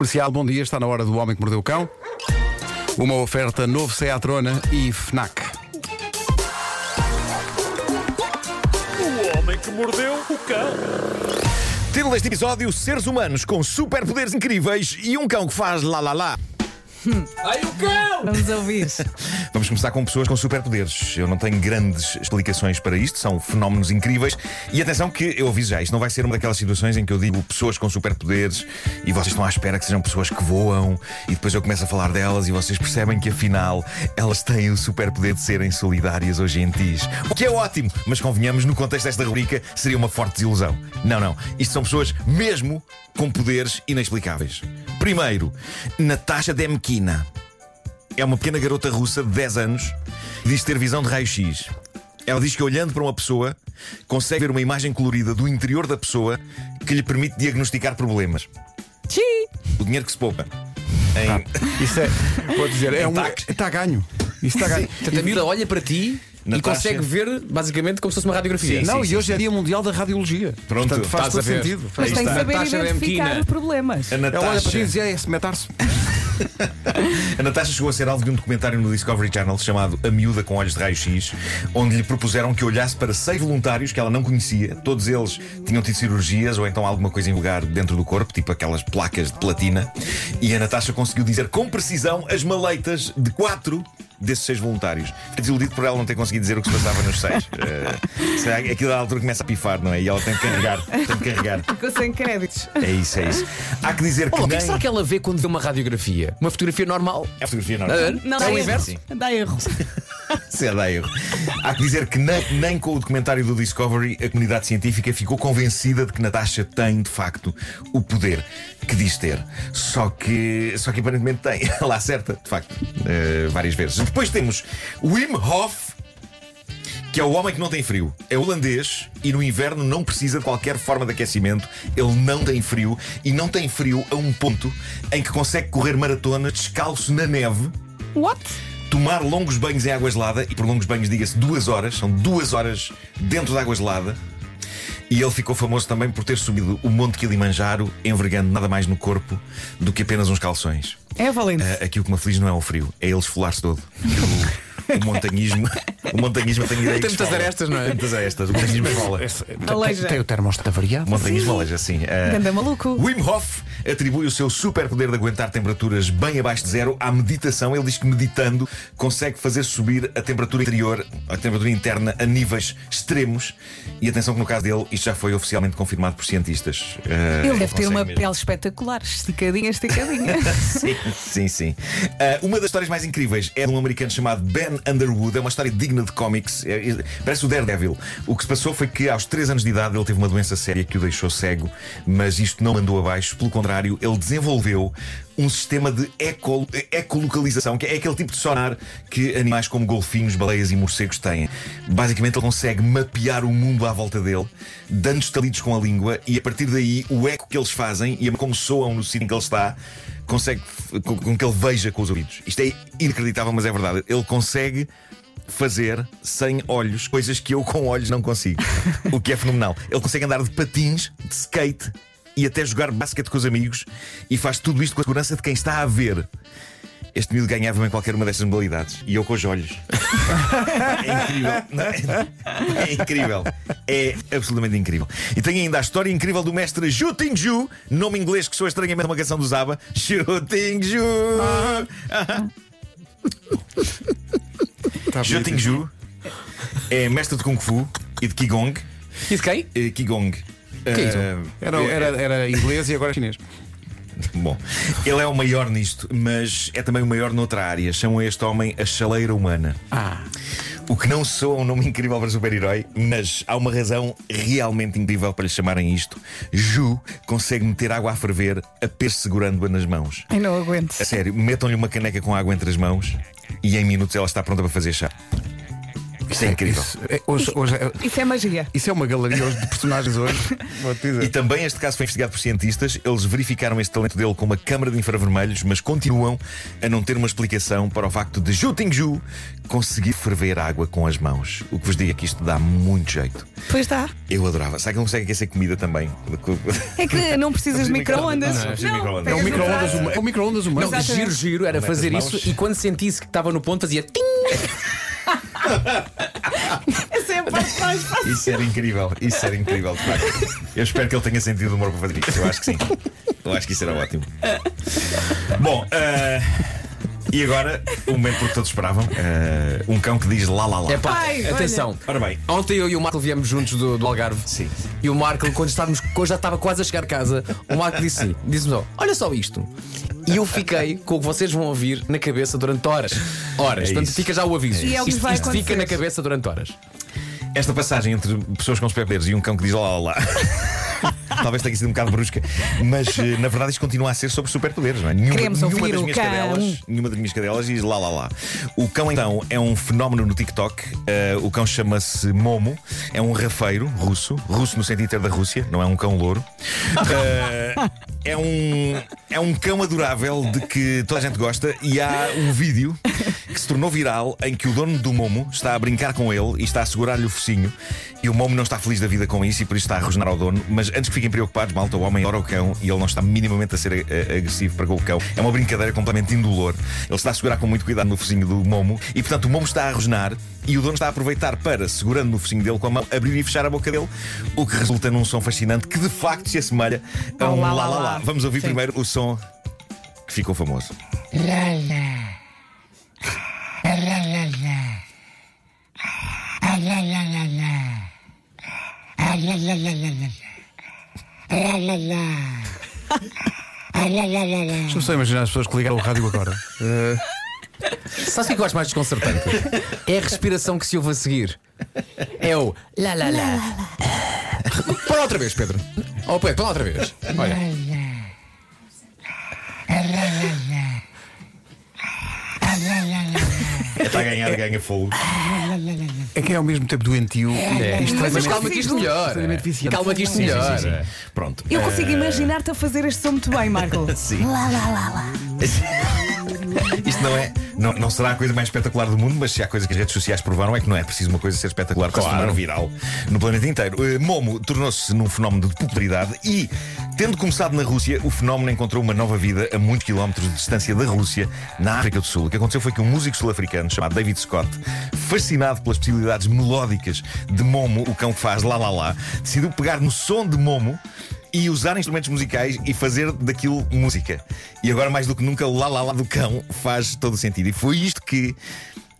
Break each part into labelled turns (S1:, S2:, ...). S1: Comercial, bom dia, está na hora do Homem que Mordeu o Cão. Uma oferta novo Seatrona e FNAC.
S2: O homem que mordeu o cão.
S3: Título deste episódio: Seres humanos com superpoderes incríveis e um cão que faz lá lá lá.
S4: Vamos ouvir.
S3: Vamos começar com pessoas com superpoderes. Eu não tenho grandes explicações para isto, são fenómenos incríveis. E atenção que eu aviso já, isto não vai ser uma daquelas situações em que eu digo pessoas com superpoderes e vocês estão à espera que sejam pessoas que voam e depois eu começo a falar delas e vocês percebem que afinal elas têm o superpoder de serem solidárias ou gentis. O que é ótimo, mas convenhamos, no contexto desta rubrica seria uma forte desilusão. Não, não. Isto são pessoas mesmo com poderes inexplicáveis. Primeiro, Natasha Demkina é uma pequena garota russa de 10 anos e diz ter visão de raio-x. Ela diz que olhando para uma pessoa consegue ver uma imagem colorida do interior da pessoa que lhe permite diagnosticar problemas.
S4: Tchim.
S3: O dinheiro que se poupa. Em...
S1: Isso é, vou dizer, é um.
S3: Tá.
S1: Está ganho. Isso tá está ganho.
S5: Portanto, a miúda olha para ti e
S3: Natasha.
S5: consegue ver, basicamente, como se fosse uma radiografia.
S3: Sim,
S1: Não,
S3: sim,
S1: e hoje é Dia Mundial da Radiologia.
S3: Pronto,
S1: Portanto, faz
S5: estás
S1: todo
S5: a ver.
S1: sentido.
S4: Mas tem que
S5: está.
S4: saber
S5: Taxa da
S4: identificar
S5: Amquina.
S4: os problemas.
S3: A
S1: Ela olha para ti e
S3: Natasha,
S1: diz: é, se metar-se.
S3: a Natasha chegou a ser alvo de um documentário no Discovery Channel chamado A Miúda com Olhos de Raio-X, onde lhe propuseram que olhasse para seis voluntários que ela não conhecia. Todos eles tinham tido cirurgias ou então alguma coisa em lugar dentro do corpo, tipo aquelas placas de platina. E a Natasha conseguiu dizer com precisão as maleitas de quatro desses seis voluntários. Fiquei desiludido por ela não ter conseguido dizer o que se passava nos seis. Eh, será que aquilo da altura começa a pifar, não é? E ela tem que carregar, tem que carregar.
S4: Ficou sem créditos.
S3: É isso, é isso. Há que dizer que
S5: Olá, o que
S3: nem...
S5: é que será que ela vê quando vê uma radiografia? Uma fotografia normal?
S3: É a fotografia normal.
S5: Ah,
S4: Não,
S5: é
S4: dá
S5: o
S4: erro.
S5: inverso?
S4: Dá erro.
S3: Se é dá erro. Há que dizer que nem, nem com o documentário do Discovery a comunidade científica ficou convencida de que Natasha tem, de facto, o poder que diz ter. Só que, só que aparentemente tem. Ela acerta, de facto, eh, várias vezes. Depois temos Wim Hof. Que é o homem que não tem frio. É holandês e no inverno não precisa de qualquer forma de aquecimento. Ele não tem frio e não tem frio a um ponto em que consegue correr maratona descalço na neve
S4: What?
S3: tomar longos banhos em água gelada, e por longos banhos diga-se duas horas, são duas horas dentro da água gelada. E ele ficou famoso também por ter subido o Monte Kilimanjaro envergando nada mais no corpo do que apenas uns calções.
S4: É valente.
S3: Ah, aqui o que me aflige não é o frio, é ele esfolar-se todo. O, o montanhismo, o montanhismo tem ideia
S5: Tem muitas arestas, não é?
S3: Tem muitas arestas, o montanhismo é esfola.
S4: Aleja.
S1: Tem o termostato
S3: O
S1: variado.
S3: montanhismo aleja, sim. Ah,
S4: Ganda maluco.
S3: Wim Hof atribui o seu superpoder de aguentar temperaturas bem abaixo de zero à meditação. Ele diz que meditando consegue fazer subir a temperatura interior, a temperatura interna, a níveis extremos. E atenção que no caso dele, isto já foi oficialmente confirmado por cientistas. Eh,
S4: Ele deve ter
S3: consegue
S4: uma
S3: mesmo.
S4: pele espetacular, esticadinha, esticadinha.
S3: Sim, sim, sim. Ah, uma das histórias mais incríveis é de um americano chamado Ben Underwood. É uma história digna de cómics. É- é- parece o Daredevil. O que se passou foi que aos 3 anos de idade ele teve uma doença séria que o deixou cego, mas isto não mandou abaixo. Pelo contrário, ele desenvolveu um sistema de eco- ecolocalização, que é aquele tipo de sonar que animais como golfinhos, baleias e morcegos têm. Basicamente, ele consegue mapear o mundo à volta dele, dando estalidos com a língua, e a partir daí, o eco que eles fazem e como soam no sítio em que ele está consegue f- com, com que ele veja com os ouvidos. Isto é inacreditável, mas é verdade. Ele consegue fazer sem olhos coisas que eu com olhos não consigo, o que é fenomenal. Ele consegue andar de patins, de skate e até jogar basquete com os amigos e faz tudo isto com a segurança de quem está a ver. Este miúdo ganhava em qualquer uma destas modalidades e eu com os olhos. É incrível. Não é? É incrível. É absolutamente incrível. E tem ainda a história incrível do mestre Ju Ting Ju, nome inglês que soa estranhamente a uma canção do Zaba. Ju Ting Ju.
S5: Ah.
S3: Ju Ting Ju é mestre de Kung Fu e de Qigong.
S5: Isso quem?
S3: Eh, Qigong.
S5: é isso?
S3: Eh,
S1: Era, era, era inglês e agora é chinês.
S3: Bom, ele é o maior nisto, mas é também o maior noutra área. Chamam este homem a chaleira humana.
S1: Ah.
S3: O que não soa um nome incrível para super-herói, mas há uma razão realmente incrível para lhe chamarem isto. Ju consegue meter água a ferver apenas segurando-a nas mãos.
S4: Ai, não aguento.
S3: A sério, metam-lhe uma caneca com água entre as mãos e em minutos ela está pronta para fazer chá. Isto é incrível.
S1: Isso, é, hoje, hoje é-
S4: Isso é magia.
S1: isso é uma galeria hoje de personagens hoje. Vou-te dizer.
S3: E também este caso foi investigado por cientistas. Eles verificaram este talento dele com uma câmara de infravermelhos, mas continuam a não ter uma explicação para o facto de Zhu Tingju conseguir ferver água com as mãos. O que vos digo é que isto dá muito jeito.
S4: Pois dá.
S3: Eu adorava. Sabe que ele consegue aquecer comida também?
S4: É que não precisas de
S3: Não precisa de
S4: micro-ondas.
S3: micro-ondas. Não, não precisa de
S1: É
S4: pegas
S1: um
S4: no
S1: micro-ondas
S4: prato.
S1: huma- é um micro-ondas humano.
S5: Não,
S4: Exatamente.
S5: giro, giro era
S3: Mete as
S5: fazer
S3: mãos.
S5: isso e quando sentisse que estava no ponto fazia tim.
S4: Essa é a parte mais fácil.
S3: Isso era incrível. Isso era incrível, de facto. Eu espero que ele tenha sentido humor para fazer isso. Eu acho que sim. Eu acho que isso era ótimo. Bom, eh, e agora o momento porque todos esperavam. eh, um cão que diz lá lá lá.
S5: É pá,
S4: Ai, olha.
S5: atenção.
S3: Ora bem.
S5: Ontem eu e o Marco viemos juntos do, do Algarve.
S3: Sim.
S5: E o Marco, quando, estávamos, quando já estava quase a chegar a casa, o Marco disse assim: disse-me só, olha só isto. E eu fiquei com o que vocês vão ouvir na cabeça durante horas. Horas.
S3: É
S5: Portanto,
S3: isso.
S5: fica já o aviso.
S4: E é o que
S5: isto
S4: vai
S5: isto fica
S4: acontecer.
S5: na cabeça durante horas.
S3: Esta passagem entre pessoas com superpoderes e um cão que diz lá lá lá. Talvez tenha sido um bocado brusca, mas eh, na verdade isto continua a ser sobre superpoderes, não é? Nenhuma,
S4: Queremos
S3: nenhuma
S4: ouvir
S3: das
S4: o
S3: minhas
S4: cão.
S3: cadelas, nenhuma das minhas cadelas diz lá lá lá. O cão então é um fenómeno no TikTok. eh, o cão chama-se Momo, é um rafeiro russo, russo no sentido inteiro da Rússia, não é um cão louro. Eh, é um é um cão adorável de que toda a gente gosta e há um vídeo que se tornou viral em que o dono do Momo está a brincar com ele e está a segurar-lhe o focinho e o Momo não está feliz da vida com isso e por isso está a rosnar ao dono. Mas antes que fiquem preocupados, malta, o homem adora o cão e ele não está minimamente a ser eh, agressivo para com o cão. É uma brincadeira completamente indolor. Ele está a segurar com muito cuidado no focinho do Momo e portanto o Momo está a rosnar e o dono está a aproveitar para, segurando no focinho dele com a mão, abrir e fechar a boca dele, o que resulta num som fascinante que de facto se assemelha a
S4: Ao
S3: um
S4: lá,
S3: lá
S4: lá,
S3: lá
S4: lá.
S3: lá. Vamos ouvir
S4: Sim.
S3: primeiro o som que ficou famoso.
S1: Estou só a imaginar as pessoas que ligaram o rádio agora.
S5: Sabe o que é que eu acho mais desconcertante? É a respiração que se ouve a seguir. É o lá lá lá. Põe lá outra vez, Pedro. Oh, Pedro, põe lá outra vez. Olha.
S3: Está a ganhar, ganha fogo.
S1: É que é ao mesmo tempo doentio.
S5: É.
S1: Isto
S5: Mas,
S1: faz-
S5: mas calma que isto melhora.
S1: Extremamente viciante.
S5: Calma que isto
S3: é Sim, sim,
S5: melhora.
S3: sim, sim. é. Pronto.
S4: Eu consigo imaginar-te a fazer este som muito bem, Marco.
S3: Sim. Isto não é. Não, não será a coisa mais espetacular do mundo, mas se há coisa que as redes sociais provaram é que não é preciso uma coisa ser espetacular para se tornar viral no planeta inteiro. Eh, Momo tornou-se num fenómeno de popularidade e, tendo começado na Rússia, o fenómeno encontrou uma nova vida a muitos quilómetros de distância da Rússia, na África do Sul. O que aconteceu foi que um músico sul-africano chamado David Scott, fascinado pelas possibilidades melódicas de Momo, o cão que faz lá lá lá, decidiu pegar no som de Momo e usar instrumentos musicais e fazer daquilo música. E agora, mais do que nunca, o lá lá lá do cão faz todo o sentido. E foi isto que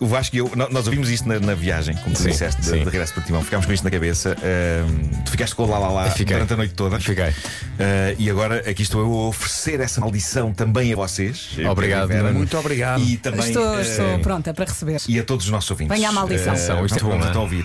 S3: o Vasco e eu, nó- nós ouvimos isto na, na viagem, como tu disseste, de, de regresso para Timão. Ficámos com isto na cabeça. Ahm, tu ficaste com o lá lá lá
S5: Fiquei.
S3: durante a noite toda.
S5: Fiquei.
S3: Ah, e agora aqui estou eu a oferecer essa maldição também a vocês.
S5: Obrigado,
S3: Vera.
S5: Nuno.
S1: Muito obrigado.
S3: E também.
S4: estou,
S3: ah,
S4: estou pronta para receber.
S3: E a todos os nossos ouvintes.
S4: Venha a maldição.
S3: Ah,
S5: Isto é
S3: muito
S5: bom,
S3: bom,
S5: não é?
S3: estão a ouvir.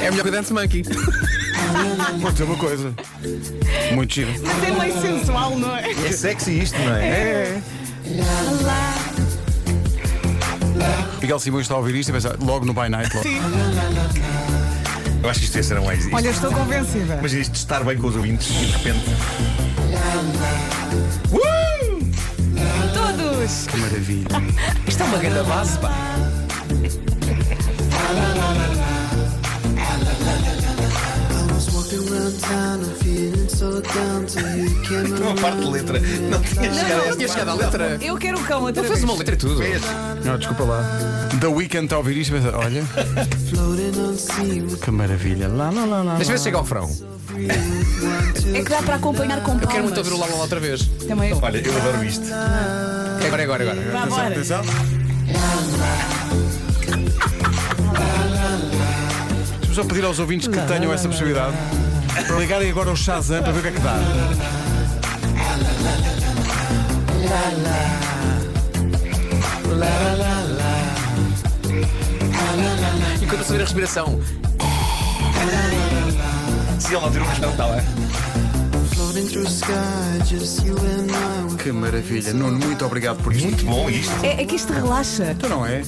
S5: É melhor que o Dance Monkey.
S1: Vou dizer uma coisa. Muito giro.
S4: Mas é meio sensual, não é?
S3: É sexy isto, não é?
S1: Miguel Simões está a ouvir isto e pensa logo no By Night. Logo.
S3: Eu acho que isto ia ser um mais.
S4: Olha, estou convencida.
S3: Imagina isto de estar bem com os ouvintes e de repente.
S4: Todos!
S1: Que maravilha.
S5: Isto é uma grande base, pá.
S6: was walking around town, I'm feeling so down till you came
S3: Uma parte de letra. Não tinha chegado a
S5: Tinha
S3: esta
S5: chegado à letra.
S4: Eu quero o cão outra
S5: Ele fez
S4: vez.
S5: uma letra e tudo.
S1: Não, desculpa lá. The Weeknd está a ouvir isto e pensa, olha,
S6: floating on sea with
S1: que maravilha. Lá, lá, lá, lá.
S5: Às vezes chega ao frão.
S4: É que dá para acompanhar com palmas.
S5: Quero muito ouvir o Lala outra vez. É
S4: Também eu.
S3: Olha, eu adoro isto.
S5: Agora, agora, agora.
S4: Vá embora.
S3: Atenção.
S1: Deixa-me só pedir aos ouvintes que tenham essa possibilidade para ligarem agora ao Shazam para ver o que é que dá.
S5: Enquanto a subir a respiração.
S3: Se ele não tirou, mas não está lá.
S6: Floating through sky, just you and I. We're
S1: Que maravilha. Nuno, muito obrigado por isto.
S3: Muito bom isto.
S4: É, é que isto relaxa.
S1: Então não é?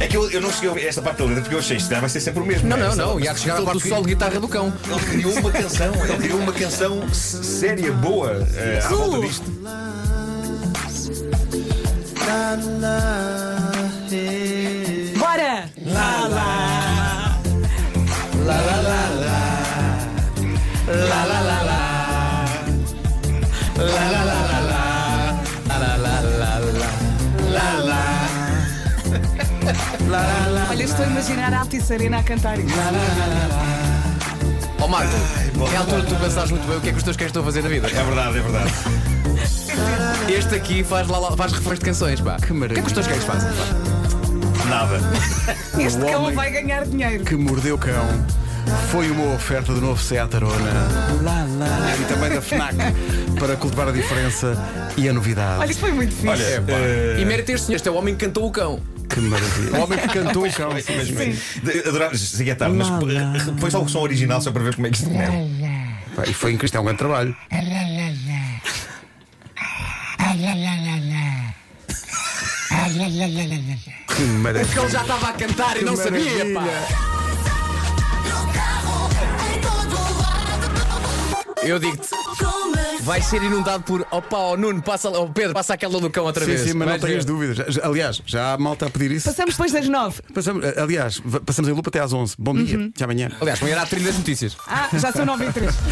S3: É que eu, eu não cheguei a ouvir esta parte da letra porque eu achei isto vai ser sempre o mesmo.
S5: Não,
S3: né?
S5: não,
S3: Essa-
S5: não. E há de chegar a parte do solo de guitarra do cão.
S3: Ele criou uma canção, ele criou uma canção s- séria, boa, eh, à volta disto.
S6: alive.
S4: Bora! Olha, estou a imaginar a Altice Arena a cantar isto.
S5: Ó Marco, é a altura de tu pensares muito bem o que é que os teus cães estão a fazer na vida.
S3: É verdade, é verdade.
S5: Este aqui faz, lá, lá- faz refrões de canções, pá. Que maravilha. O que é que os teus cães fazem? pá?
S3: Nada.
S4: Este
S1: homem-
S4: cão vai ganhar dinheiro.
S1: Que mordeu cão. Foi uma oferta do novo Seat Arona e também da FNAC para cultivar a diferença e a novidade.
S4: Olha, isto foi muito fixe.
S3: Olha,
S1: É,
S3: eh,
S5: E mérito este senhor, este é o homem que cantou o cão.
S1: Que maravilha. O homem que cantou o cão.
S3: assim, mas, mas, de- adorava, cheguei à é tarde, mas eh, põe só o som original só para ver como é que isto é.
S1: Pá, E foi incrível, isto é um grande trabalho. Que maravilha.
S5: Porque ele já estava a cantar e não sabia, pá. Eu digo-te, vai ser inundado por. Opa, ó Nuno, passa, ó Pedro, passa aquela do cão outra
S1: Sim,
S5: vez.
S1: sim, mas é- não
S5: Vais
S1: tenhas
S5: ver.
S1: dúvidas. Já- já- Aliás, já há malta a pedir isso.
S4: Passamos depois das nove.
S1: Passamos, eh, aliás, va- passamos em lupa até às 11. Bom dia, até amanhã.
S5: Aliás, amanhã há trilha das notícias.
S4: Ah, já são nove e três.